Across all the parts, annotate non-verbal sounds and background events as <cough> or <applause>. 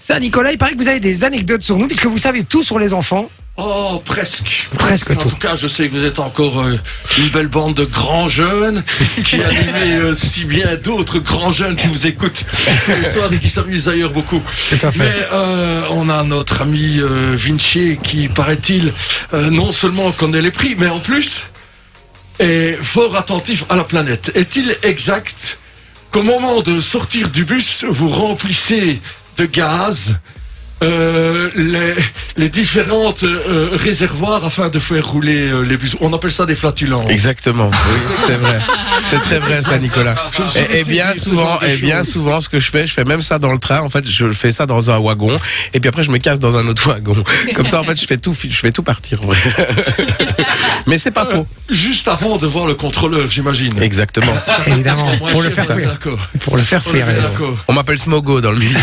Ça, Nicolas, il paraît que vous avez des anecdotes sur nous, puisque vous savez tout sur les enfants. Oh, presque. Presque En tout. tout cas, je sais que vous êtes encore euh, une belle bande de <laughs> grands jeunes qui animez euh, si bien d'autres grands jeunes qui vous écoutent tous les soirs et qui s'amusent d'ailleurs beaucoup. Tout à fait. Mais euh, on a notre ami euh, Vinci qui, paraît-il, euh, non seulement connaît les prix, mais en plus est fort attentif à la planète. Est-il exact qu'au moment de sortir du bus, vous remplissez de gaz euh, les, les différentes euh, réservoirs afin de faire rouler euh, les bus. On appelle ça des flatulences. Exactement, oui, c'est vrai. C'est très vrai ça, Nicolas. Je me suis Et, et laissé bien dire ce souvent, genre de et bien choses. souvent, ce que je fais, je fais même ça dans le train. En fait, je fais ça dans un wagon, et puis après, je me casse dans un autre wagon. Comme ça, en fait, je fais tout, fi- je fais tout partir. <laughs> en vrai. Mais c'est pas faux. Juste avant de voir le contrôleur, j'imagine. Ah, Exactement. Évidemment, Moi, pour je le sais, Oh, faire on est fuir. d'accord. Pour le faire On est fuir. évidemment. d'accord. On m'appelle Smogo dans le milieu.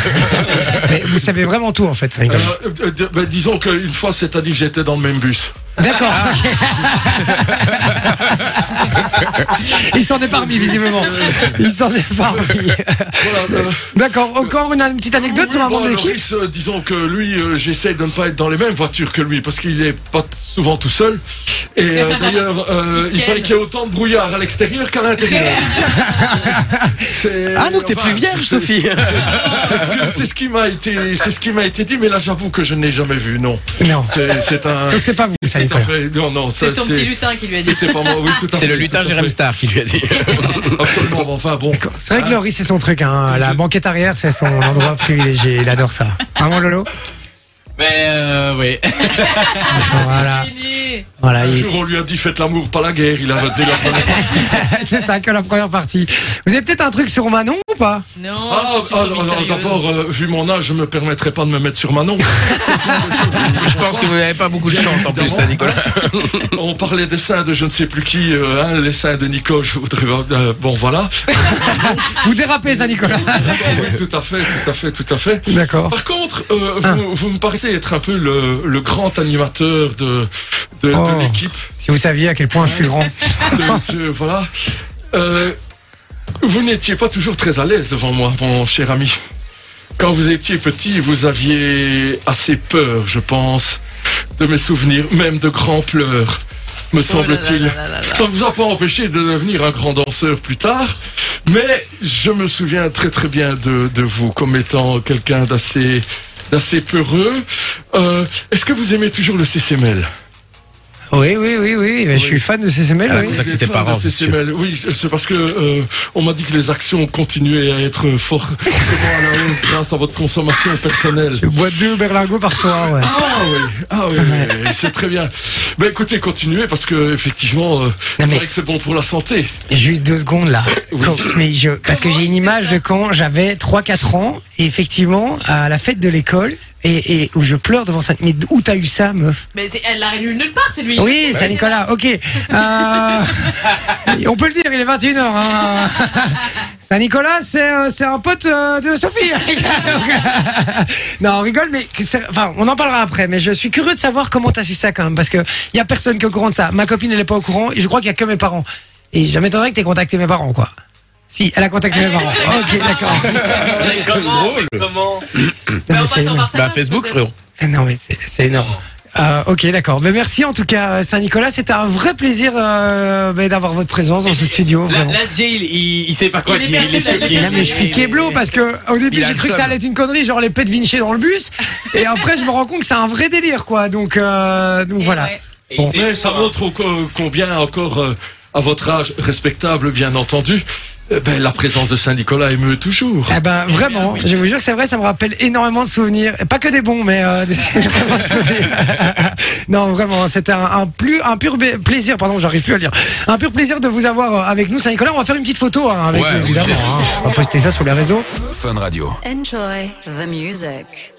Mais vous savez vraiment tout, en fait, ça, Nicolas. Euh, euh, d- ben, disons qu'une fois, c'est-à-dire que j'étais dans le même bus. <laughs> D'accord. Il s'en est parmi, visiblement. Il s'en est parmi. Voilà, euh, D'accord, encore une, une petite anecdote Oui, sur un bon, membre de l'équipe Loris, euh, disons que lui, euh, j'essaie de ne pas être dans les mêmes voitures que lui, parce qu'il est pas t- souvent tout seul. Et <laughs> euh, d'ailleurs, euh, il Nickel. paraît qu'il y a autant de brouillard à l'extérieur <laughs> qu'à l'intérieur. C'est- Ah, donc t'es enfin, plus vierge, c'est- Sophie. C'est ce que- c'est ce qui m'a été, c'est ce qui m'a été dit, mais là j'avoue que je ne l'ai jamais vu. Non, Non. c'est c'est un. Donc <laughs> c'est pas vous, ça, C'est un Nicolas. fait. Non, non, ça, C'est son petit c'est. lutin qui lui a dit. C'était pas moi, oui, tout à C'est le fait, lutin tout à Jérém fait. Star qui lui a dit. Absolument, mais enfin bon. D'accord. C'est vrai que Laurie, c'est son truc. Hein. La banquette arrière, c'est son endroit privilégié. Il adore ça. Maman Lolo Mais euh, oui. Ah. Ah. Voilà. Fini. voilà Un il- jour, on lui a dit faites l'amour, pas la guerre. Il a voté la première <laughs> c'est ça que la première partie. Vous avez peut-être un truc sur Manon ou pas Non. Ah, je suis ah, trop non, non, mystérieuse. d'abord, euh, vu mon âge, je me permettrai pas de me mettre sur <laughs> Manon. Je pense que vous n'avez pas beaucoup de chance en plus, ça, Nicolas. On parlait des seins de je ne sais plus qui, euh, hein, les seins de Nico. Je voudrais, voir- euh, bon, <laughs> voilà. Vous dérapez ça, Nicolas Oui, tout à fait, tout à fait, tout à fait. <laughs> D'accord. Par contre, euh, Ah. vous, vous me paraissez être un peu le, le grand animateur de, de, de Oh. l'équipe. Si vous saviez à quel point je suis grand. C'est- c'est- voilà. Euh, vous n'étiez pas toujours très à l'aise devant moi, mon cher ami. Quand vous étiez petit, vous aviez assez peur, je pense, de mes souvenirs, même de grands pleurs, me Oh là là semble-t-il. là là là là. Ça ne vous a pas empêché de devenir un grand danseur plus tard, mais je me souviens très très bien de, de vous comme étant quelqu'un d'assez d'assez peureux. Euh, Est-ce que vous aimez toujours le CCML Oui, oui, oui, oui. Mais Je suis fan de CCML. Ah, oui. contactez tes Fan parents, de c'est sûr. CCML. Oui, c'est parce que euh, on m'a dit que les actions continuaient à être fortes <laughs> à la hausse grâce à votre consommation personnelle. Je bois deux berlingots par soir. Ouais. Ah oui, ah oui, oui, oui, c'est très bien. Ben écoutez, continuez parce que effectivement, euh, mais- il paraît que c'est bon pour la santé. <laughs> Juste deux secondes là. Oui. Quand- mais je, parce que j'ai une image de quand j'avais 3-4 ans, et effectivement, à la fête de l'école, et, et où je pleure devant ça. Mais où t'as eu ça, meuf Mais c'est- elle l'a eu nulle part, c'est lui. Oui, c'est Nicolas, ok. Euh, <laughs> on peut le dire, il est 21h. <laughs> Hein. Saint Nicolas, c'est euh, c'est un pote euh, de Sophie. <laughs> non, on rigole, mais c'est- enfin, on en parlera après. Mais je suis curieux de savoir comment t'as su ça quand même, parce que il y a personne qui est au courant de ça. Ma copine, elle est pas au courant, et je crois qu'il y a que mes parents. Et je m'étonnerais que t'aies contacté mes parents, quoi. Si, elle a contacté mes <laughs> parents. Ok, d'accord. Mais comment mais Comment Non, Bah, mais on c'est passe en énorme. Barcelone, Bah Facebook, peut-être. frérot. Ah Non, mais c'est- c'est énorme. Euh, ok, d'accord. Mais merci en tout cas, Saint-Nicolas. C'était un vrai plaisir euh, ben, d'avoir votre présence dans ce studio. Là, Vraiment. là Jay, il, il, il sait pas quoi Il est dire. Il est perdu. choqué. Là, Là, mais je suis kéblo parce que au début Il a j'ai le cru que seum. ça allait être une connerie, genre les pets de Vinci dans le bus, et après je me rends compte que c'est un vrai délire, quoi. Donc, euh, donc Et voilà. ouais. Et il Bon, sait Mais pas. ça montre au- co- combien encore, euh, à votre âge respectable bien entendu, euh, ben, la présence de Saint-Nicolas émeut toujours. Eh ben vraiment, je vous jure que c'est vrai, ça me rappelle énormément de souvenirs, Et pas que des bons, mais euh, des <laughs> énormément de souvenirs. <laughs> non vraiment, c'était un, un plus un pur bé- plaisir, pardon, j'arrive plus à le dire, un pur plaisir de vous avoir euh, avec nous, Saint-Nicolas. On va faire une petite photo hein, avec Ouais, vous, évidemment, hein. on va poster ça sur les réseaux. Enjoy the music.